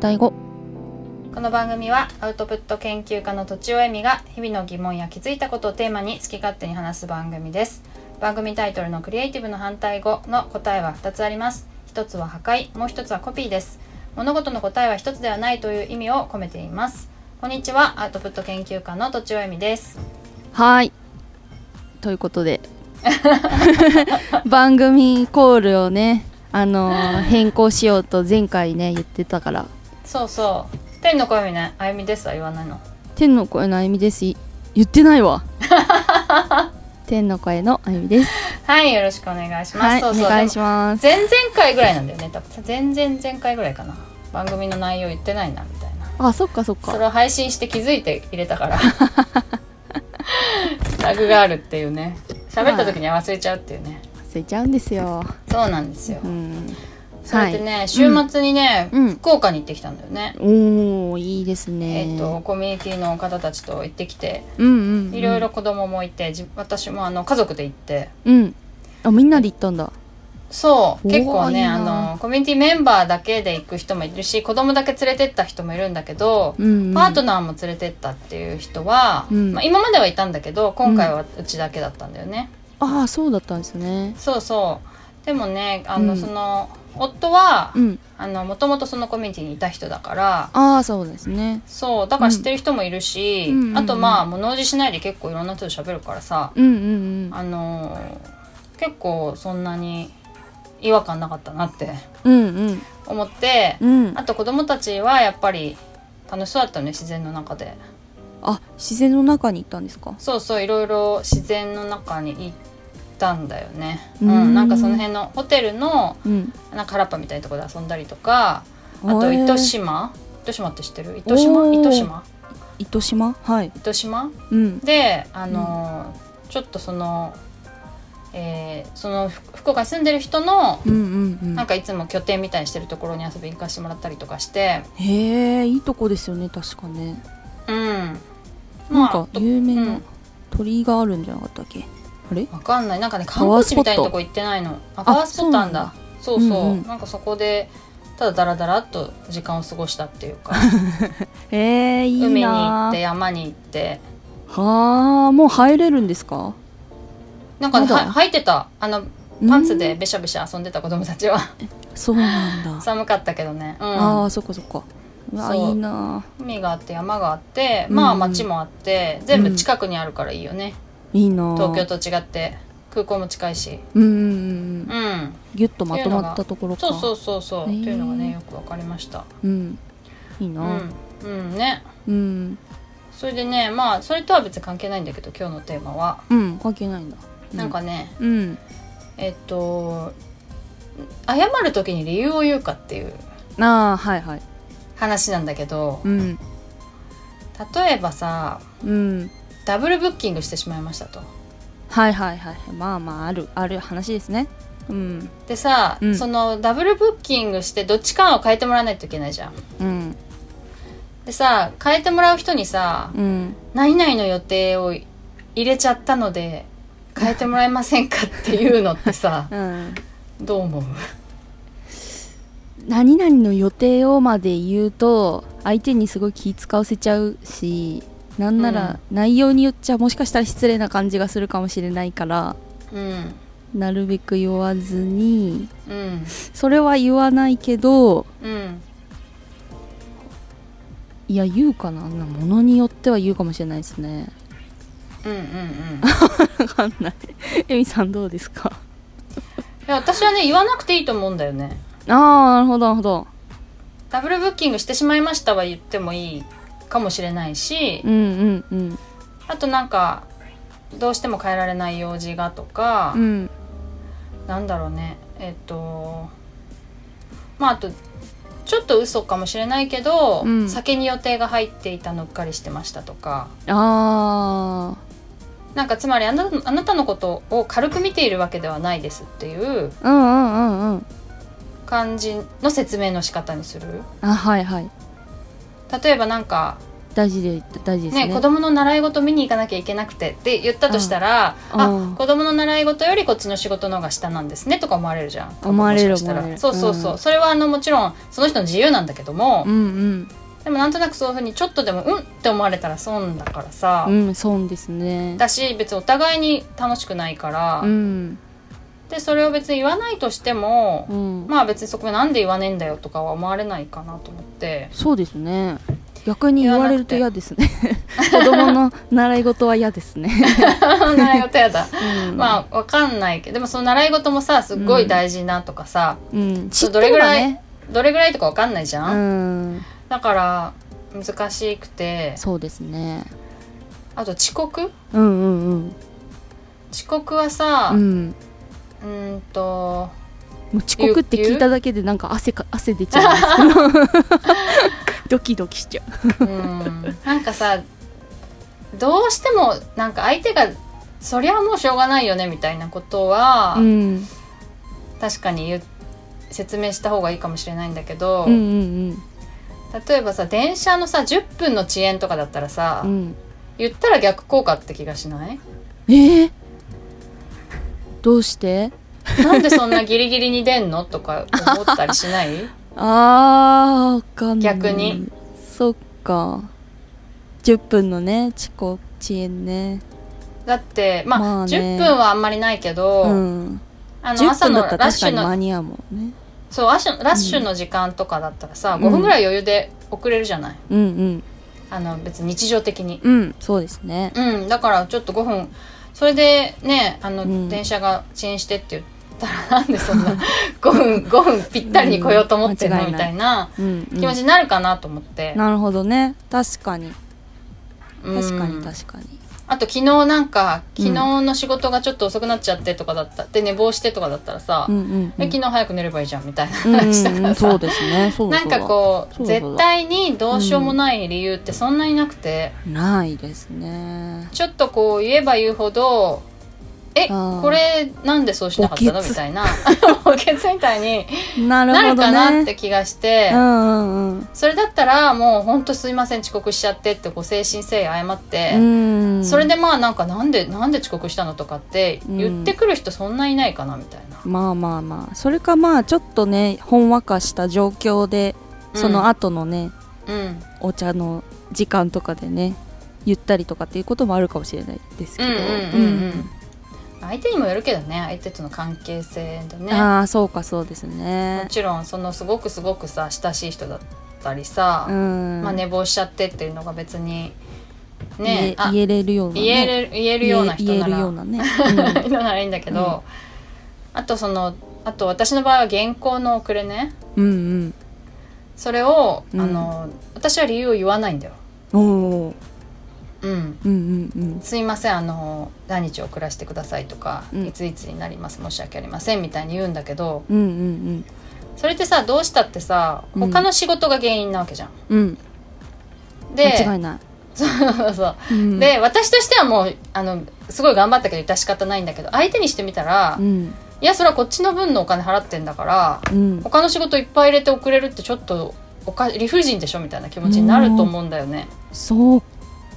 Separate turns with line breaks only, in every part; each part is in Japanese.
対語
この番組はアウトプット研究家のとちおえみが日々の疑問や気づいたことをテーマに好き勝手に話す番組です番組タイトルのクリエイティブの反対語の答えは2つあります一つは破壊もう一つはコピーです物事の答えは一つではないという意味を込めていますこんにちはアウトプット研究家のとちおえみです
はいということで番組コールをねあのー変更しようと前回ね言ってたから
そうそう天の声みねあゆみですは言わないの
天の声のあゆみですい言ってな いわ天の声のあゆみです
はいよろしくお願いします、
はい
そうそう
お願いします
前々回ぐらいなんだよね多分前々前回ぐらいかな番組の内容言ってないなみたいな
あそっかそっ
そ
か
れを配信して気づいて入れたから ラグがあるっていうね喋った時には忘れちゃうっていうね、
忘れちゃうんですよ
そうなんですよ
うん
それでね、週末にね、
うん
福岡に行ってきたんだよね、
おーいいですね
えっ、とコミュニティの方たちと行ってきて
うんうん、うん、
いろいろ子供もいてじ私もあの家族で行って
うんあみんなで行ったんだ
そう
おー
結構
いい
ね
な
あのコミュニティメンバーだけで行く人もいるし子供だけ連れてった人もいるんだけど、
うん、うん、
パートナーも連れてったっていう人は、
うん
まあ、今まではいたんだけど今回はうちだけだったんだよね、
ああそうだったんですね
そうそうでもねあの、
うん
その夫は
うん
あのもともとそのコミュニティにいた人だから
ああそうですね
そうだから知ってる人もいるし、
うんうんうんうん
あとまあ物おじしないで結構いろんな人と喋るからさ、
うんうん
あのー結構そんなに違和感なかったなって
うんうん
思って、
うんうん
あと子供たちはやっぱり楽しそうだったよね自然の中で
あ自然の中に行ったんですか
そうそういろいろ自然の中に行ったんだよね、う、
うんん
なんかその辺のホテルの
うん
なんか原っぱみたいなところで遊んだりとかあと
へー
糸島糸島って知ってる糸島
おー
糸島
糸島はい
糸島
うん
であのー、ちょっとその、えーそのふ福岡に住んでる人の
うんうんうん
なんかいつも拠点みたいにしてるところに遊びに行かせてもらったりとかして
へえいいとこですよね確かね
うん
なん
まあ
か
と
有名
う
なん鳥居があるんじゃなかったっけあれ
わかんないなんかね
パ
観
ワー
光地みた
スポット
いなとこ行ってないのあパワースポットなんだそうそう
うんうん
なんかそこでただダラダラっと時間を過ごしたっていうか
へえいいな
海に行って
は
山に行って
あもう入れるんですか
なんかね、
まだ
は入ってたあのパンツでべしゃべしゃ遊んでた子供たちは
うんそうなんだ
寒かったけどね、うん、
ああそっかそっかうわ
そう
いいな
海があって山があって
うん
まあ町もあって、全部近くにあるからいいよね、
いいな
東京と違って空港も近いし
うんうんうん
う
うん
ん
ぎゅっとまとまったところか
そうそうそうそう、
へー
というのがねよくわかりました
うんいいうなん
うんね
うん
それでねまあそれとは別に関係ないんだけど今日のテーマは、
うん関係ないんだう
なんかね
うん
えっと謝る時に理由を言うかっていう
ああはいはい
話なんだけど
うん
例えばさ
うん
ダブルブッキングしてしまいましたと
はいはいはいまあまああるある話ですねうん
でさ、
うん
そのダブルブッキングしてどっちかを変えてもらわないといけないじゃん
うん
でさ変えてもらう人にさ
うん
「何々の予定を入れちゃったので変えてもらえませんか?」っていうのって さ
うん
どう思う
何々の予定をまで言うと相手にすごい気使わせちゃうしなんなら内容によっちゃもしかしたら失礼な感じがするかもしれないから
うん
なるべく言わずに
うん
それは言わないけど
うん
いや言うかなものによっては言うかもしれないですね
うんうんうん
わかんないエミさんどうですか
いや私はね言わなくていいと思うんだよね
ああなるほどなるほど
ダブルブッキングしてしまいましたは言ってもいいかもしれないし
うんうんうん
あとなんかどうしても変えられない用事がとか、
うん
なんだろうねえっとまああとちょっと嘘かもしれないけど、
うん
先に予定が入っていたのうっかりしてましたとか
ああ
なんかつまりあなあなたのことを軽く見ているわけではないですっていう
うんうんうんうん感
感じの説明の仕方にする
あはいはい
例えばなんか
大事で大事ですね
ね、子供の習い事見に行かなきゃいけなくてって言ったとしたら、
うんう
あ
ん
子供の習い事よりこっちの仕事の方が下なんですねとか思われるじゃん
思われる
もしかしたら
思われる
そうそうそう、
うん
それはあのもちろんその人の自由なんだけども、
うん
でもなんとなくそういうふうにちょっとでもうんって思われたら損だからさ、
うんうん損ですね
だし別にお互いに楽しくないから、
うん
でそれを別に言わないとしても、
うん
まあ別にそこでなんで言わねえんだよとかは思われないかなと思 って
そうですね逆に言われると嫌ですね子供の習い事は嫌です ね、
習い事やだ
うん、あ、
まあわかんないけどでもその習い事もさすっごい大事なとかさ、
うん、
そ
知
う
っ
ど
て
れぐ
れば
らい
ね
どれぐらいとかわかんないじゃ、
うんん
だから難しくて
そうですね
あと遅刻
うんうんうん
遅刻はさ
う、ん
うーんと
もう遅刻って聞いただけでなんか汗か汗出ちゃう んですけどドキドキしちゃう
うんなんかさどうしてもなんか相手がそりゃもうしょうがないよねみたいなことは、
うん
確かに言う説明した方がいいかもしれないんだけど、
うんうん
例えばさ電車のさ10分の遅延とかだったらさ、
うんうん
言ったら逆効果って気がしない
えー、どうして
なんでそんなギリギリに出んのとか思ったりしない
あーわかんない
逆に
そっか10分のね遅刻遅延ね
だってまあ、
まあ
10
ね
分はあんまりないけど、
うん
あの
10
朝
分だ
の
った
ラッ
ら確
シ
か
ュ
に
の
間に合うもんね
そうラッシュラッシュの時間とかだったらさ、
うん
5分ぐらい余裕で遅れるじゃない
うん
あの別に日常的に。
うんうんそうですね
うん、だからちょっと5分それでねあの、
うん
電車が遅延してって言ったらなんでそんな 5分5分ぴったりに来ようと思ってんの、
うん間違
み
いな
た
い
いな
うん、うん、
気持ちになるかなと思って、
なるほどね確かに
うん
確かに確かに、
あと昨日なんか昨日の仕事がちょっと遅くなっちゃってとかだった、で寝坊してとかだったらさ、
うんうんうん、
え昨日早く寝ればいいじゃんみたいな
うんうん
話だか
う
ら
ん
さ、
そうですねそうだ
なん
そう
か
だ
こう
そうだそ
絶
うだ
対にどうしようもない理由ってそんなになくて、
ないですね
ちょっとこう言えば言うほどえ
あー
これなんでそうしなかったの
墓穴
みたいな墓 穴みたいに
なる
な
ほ
る
ど
か
ね
なって気がして、
うんうんうん
それだったらもうほんとすいません遅刻しちゃってってこう誠心誠意謝って、
うん
それでまあなんかなんでなんで遅刻したのとかって言ってくる人そんないないかなみたいな。
まあまあまあそれかまあちょっとねほんわかした状況で
うん
その後のね、
うん
お茶の時間とかでねゆったりとかっていうこともあるかもしれないですけ
うん
ど
うんうんうん相手にもよるけどね相手との関係性でねも
ああそうかそうですね
ちろんそのすごくすごくさ親しい人だったりさ、
うん
まあ、寝坊しちゃってっていうのが別にね
言え
あ
言えれるような、ね、
言える言えるような人
言え
な
言えるよ
ら
うなね、うん
なならいいんだけど、あとそのあと私の場合は原稿の遅れね
うん
それを、
うん
あの私は理由を言わないんだよ。
うんおー
うん
うんうんうん
すいませんあの何日遅らせてくださいとか、
うん
いついつになります申し訳ありませんみたいに言うんだけど
うんうん
それってさどうしたってさ
うん
他の仕事が原因なわけじゃん。
うんうん
で
間違いない
そうそう
うん
で私としてはもうあのすごい頑張ったけど致し方ないんだけど相手にしてみたら、
う
い
ん
やそれはこっちの分のお金払ってんだから
うん
他の仕事いっぱい入れて遅れるってちょっとおか理不尽でしょみたいな気持ちになると思うんだよね。
そう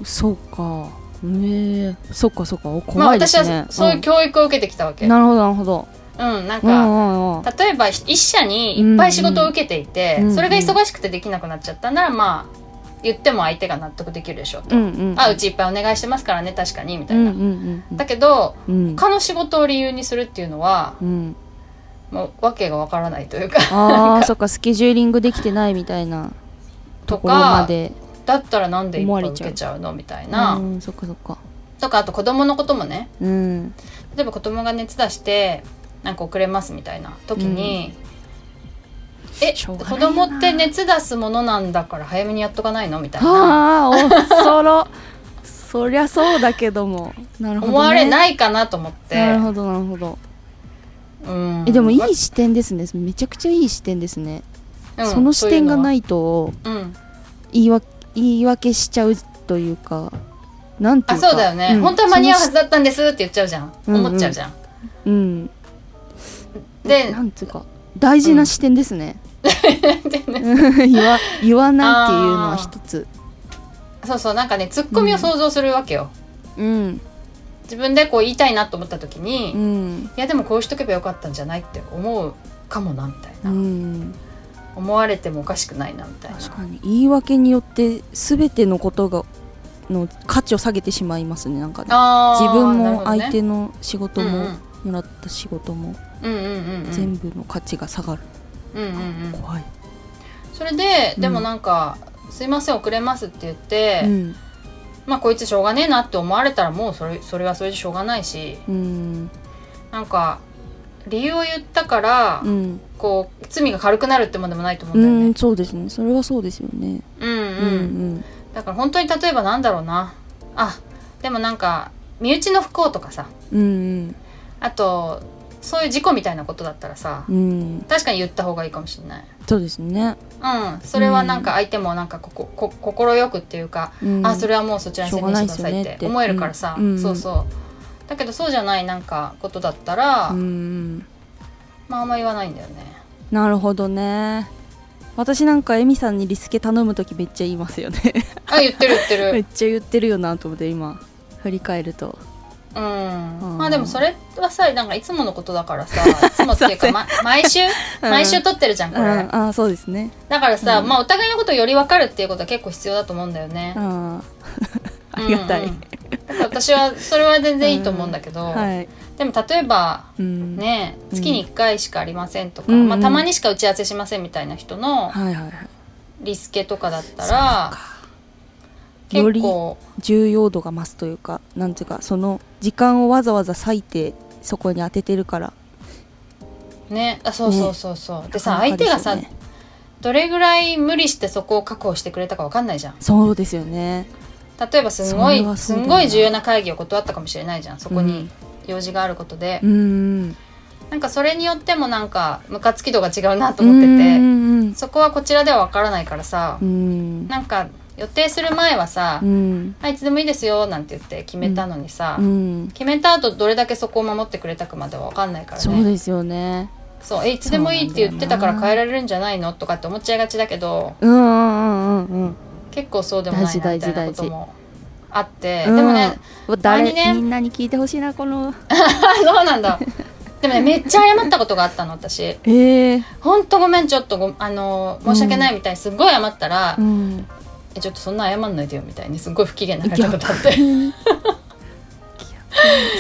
そうかねえそうかそうかお
まあ
怖いで
私
すね、
はそういう教育を受けてきたわけ。
んなるほどなるほど
うん、なん
うんう
か
んうん
例えば一社にいっぱい仕事を受けていて、
うんうん
それが忙しくてできなくなっちゃったならまあ言っても相手が納得できるでしょと、
うんうん
あうちいっぱいお願いしてますからね確かにみた
う
い
ん
な、
うんうんうん
だけど
うん
他の仕事を理由にするっていうのは
うん、
もう訳がわからないというか
ああそっかスケジューリングできてないみたいな
と
ところま
か
で
だったらなんでいっ
思
ぱ
わ
い
れち
受
ゃう
けちゃうのみたいな、
うんそっかそっか
とかあと子供のこともね
うん
例えば子供が熱出してなんか遅れますみたいな時に、え
し
子
ょうがないよな
供って熱出すものなんだから早めにやっとかないのみたいな
ああおそろそりゃそうだけどもなるほど、ね、
思われ
い
ないかなと思って
なるほどなるほど
うん
えでもい
ま
い視点ですねめちゃくちゃいい視点ですね、
うん
その視点がないいと
うのはうん
言いわ言い訳しちゃうというかなんてい
あ
うか
そうだよね、
ん
本当は間に合うは
そ
ずだったんですって言っちゃうじゃん、
うんうん
思っちゃうじゃん
のうん
で
なんつうか大事な視点ですね、言わ言わないっていうのは一つ
そうそうなんかねツッコミを想像するわけよ、
うん
自分でこう言いたいなと思った時に、
う
い
ん
やでもこうしとけばよかったんじゃないって思うかもなみたいうな、
ん
思われてもおかしくないなみたいな
確かに言い訳によって全てのことがの価値を下げてしまいますねなんかね
あー
自分
なる
も
ほどね
相手の仕事
うん
ももらった仕事も
うんうんうんうん
全部の価値が下がる、
うんうんうん
怖い、
それで
うん
でもなんか「すいません遅れます」って言って、
うん
まあこいつしょうがねえなって思われたらもうそれそれはそれでしょうがないし
うん
なんか理由を言ったから、
うん、
こう罪が軽くなるってもんでもないと思う
うん
だよね
ん、そうですねそれはそうですよね
うん
う
うん、
ん
だから本当に例えばなんだろうなあでもなんか身内の不幸とかさ
うんうん
あとそういう事故みたいなことだったらさ、
うんうん
確かに言った方がいいかもしれない
そうですね、
うんそれはなんか相手もなんかこここ心よくっていうか、
うん、
あそ
れ
れはもうそちらに専念してください
しょうがないですよね
っ
ってて
思えるからさ、
うんうん
そうそうだけどそうじゃないなんかことだったら、
うん
まああんま言わないんだよね
なるほどね私なんかエミさんにリスケ頼む時めっちゃ言いますよね
あ言ってる言 って
めっ
る
ちゃ言ってるよなと思って今振り返ると
うん
うん
まあでもそれはさなんかいつものことだからさいつもって いうか、ま、毎週
うん
毎週撮ってるじゃんこ
う
れ、
んあそうですね
だからさ、
うん
まあお互いのことをより分かるっていうことは結構必要だと思うんだよね、
あーありがたい、
うんうんだから私はそれは全然いいと思うんだけど、
はい、
でも例えば
うん、
ね
うん
月に1回しかありませんとか、
うんうん
まあ、たまにしか打ち合わせしませんみたいな人の
はいはいはい
リスケとかだったら
そうか
結構
重要度が増すというかなんていうかその時間をわざわざ割いてそこに当ててるから
ねあそうそうそうそう、でさ
なかな
相
か
手
すよ
が
ね
さどれぐらい無理してそこを確保してくれたかわかんないじゃん
そうですよね
例えばすんご
そ
い
れは
す
そう
ん
だよな
ごい重要な会議を断ったかもしれないじゃんそこに用事があることで、
うん
なんかそれによってもなんかムカつき度が違うなと
と
思って
う
て
ん
そこはこちらではわからないからさ
うん
なんか予定する前はさ
う、ん
あいつでもいいですよなんて言って決めたのにさ、
うん
決めた後どれだけそこを守ってくれたかまでは分かんないから
そう
ね
ですよね
そうえいつでもいいって言ってたから変えられるんじゃないのとかって思っちゃいがちだけど
うんうんうんうんうん
結構そうでもないな
大
み
事
たいな
大
こ
事
ともあってで
うん
もね、 たま
誰
にね
みんなに聞いてほしいなこの
あそうなんだでもねめっちゃ謝ったことがあったの私
ええ
ほんとごめんちょっとごあの申し訳ないみたいにすっごい謝ったら、
うん
えちょっとそんな謝んないでよみたいにすっごい不機嫌になった ことあって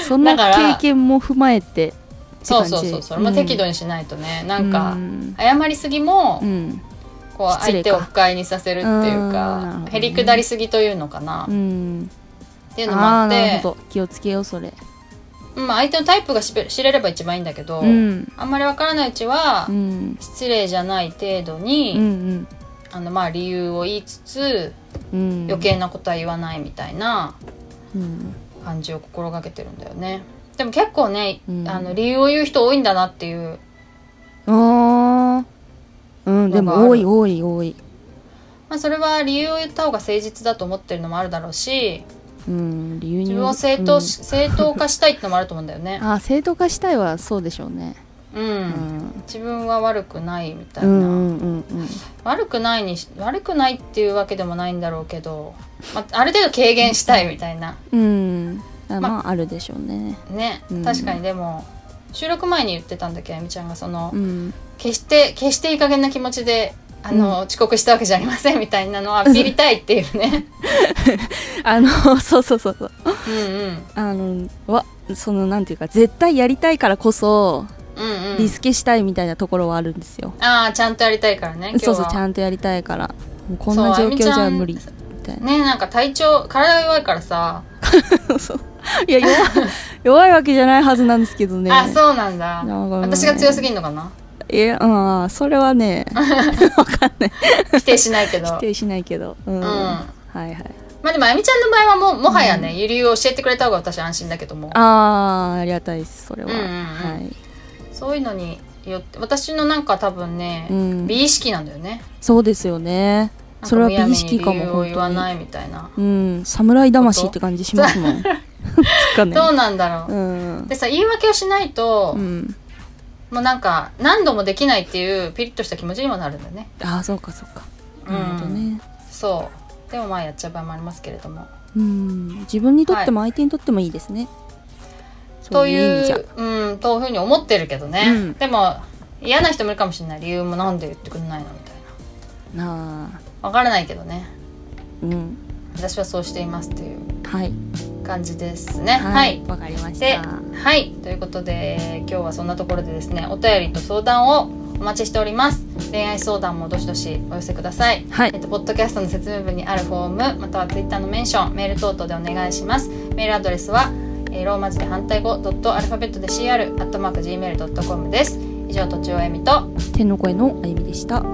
そんな経験も踏まえて
そうそうそうそれも適度
に
にしないとね、なんか謝りすぎも、
うん
こう
失
相
礼
手
か
を不快にさせるっていう
うんなる
か
ほどね
へりくだりすぎというのかな、
う
っ
ん
ていうのもあ
あ
っ
ーなる
て
ほど気をつけようそれ
まあ、相手のタイプがしべ知れれば一番いいんだけど、
うん
あんまりわからないうちは、
うん
失礼じゃない程度
う
に、
ん
あのまあ、理由を言いつつ
うん
余計なことは言わないみたいな
うん
感じを心がけてるんだよね。でも結構ね、
うん
あの理由を言う人多いんだなっていう
あーうんで
のがある
も多い多い多い
まあ、それは理由を言った方が誠実だと思ってるのもあるだろうし
うん理由に
自
よる
分を正当し、正当化したいってのもあると思うんだよ
う
ね
ん。 あ正当化したいはそうでしょうね
う
うんん
自分は悪くないみたいうな、
んうんうんうん
悪くないにし悪くないっていうわけでもないんだろうけど、まあ、ある程度軽減したいみたいな
うんあ
ま
まああるでしょうね
ね、
うん
確かにでも収録前に言ってたんだけどあゆみちゃんがその、
うん
決して決していい加減な気持ちであの、遅刻したわけじゃありませんみたいなのをアピりたいっていう ね
あの そうそうそうそう
うんうん
あのわそのなんていうか絶対やりたいからこそ
うんう
リ
ん
スケしたいみたいなところはあるんですよ
ああちゃんとやりたいからね今日
そ
は
うそうちゃんとやりたいからもうこん
そう
な
あゆ
状
み
況
ち
じ
ゃん
ゃ無理み たいな
ねなんか体調体弱いからさ、
そういや弱い 弱いわけじゃないはずなんですけどね
あそうなんだ
なんかね
私が強すぎるのかない
やうんそれはねわかんない
否定しないけど
否定しないけどう
ん
ん、はいはい
まあでもあゆみちゃんの場合はもうもはやね、理由を教えてくれた方が私は安心だけども
あーありがたいですそれは、
うんうんうん
はい、
そういうのによって私のなんか多分ね、
うん
美意識なんだよね
そうですよね
なん
それは
むや
美
み
意
に
識か
理
も
由を言わ
本当に
ないみたいな、
うん侍魂って感じしますもんつ かね
どうなんだろう、
うん
でさ言い訳をしないと、
うん
もうなんか何度もできないっていうピリッとした気持ちにもなるんだよね
ああそうかそうか
うん
なるほどね
そうでもまあやっちゃう場合もありますけれども
うん自分にとっても相手にとってもいいですね、
と
そう
い
いう意味じゃ
う、うん、というふうに思ってるけどね、
うん
でも嫌な人もいるかもしれない理由もなんで言ってくれないのみたい
なあ
なわからないけどね
うん
私はそうしていますという
はい
感じですね
はいわ、かりまし
で
た
はいということで今日はそんなところでですねお便りと相談をお待ちしております恋愛相談もどしどしお寄せください
は
えっ
い
と、ポッドキャストの説明文にあるフォームまたはツイッターのメンションメール等々でお願いしますメールアドレスは、えーローマ字で反対語ドットアルファベットで CR アットマーク Gmail.com です以上とちおえみと
天の声のあゆみでした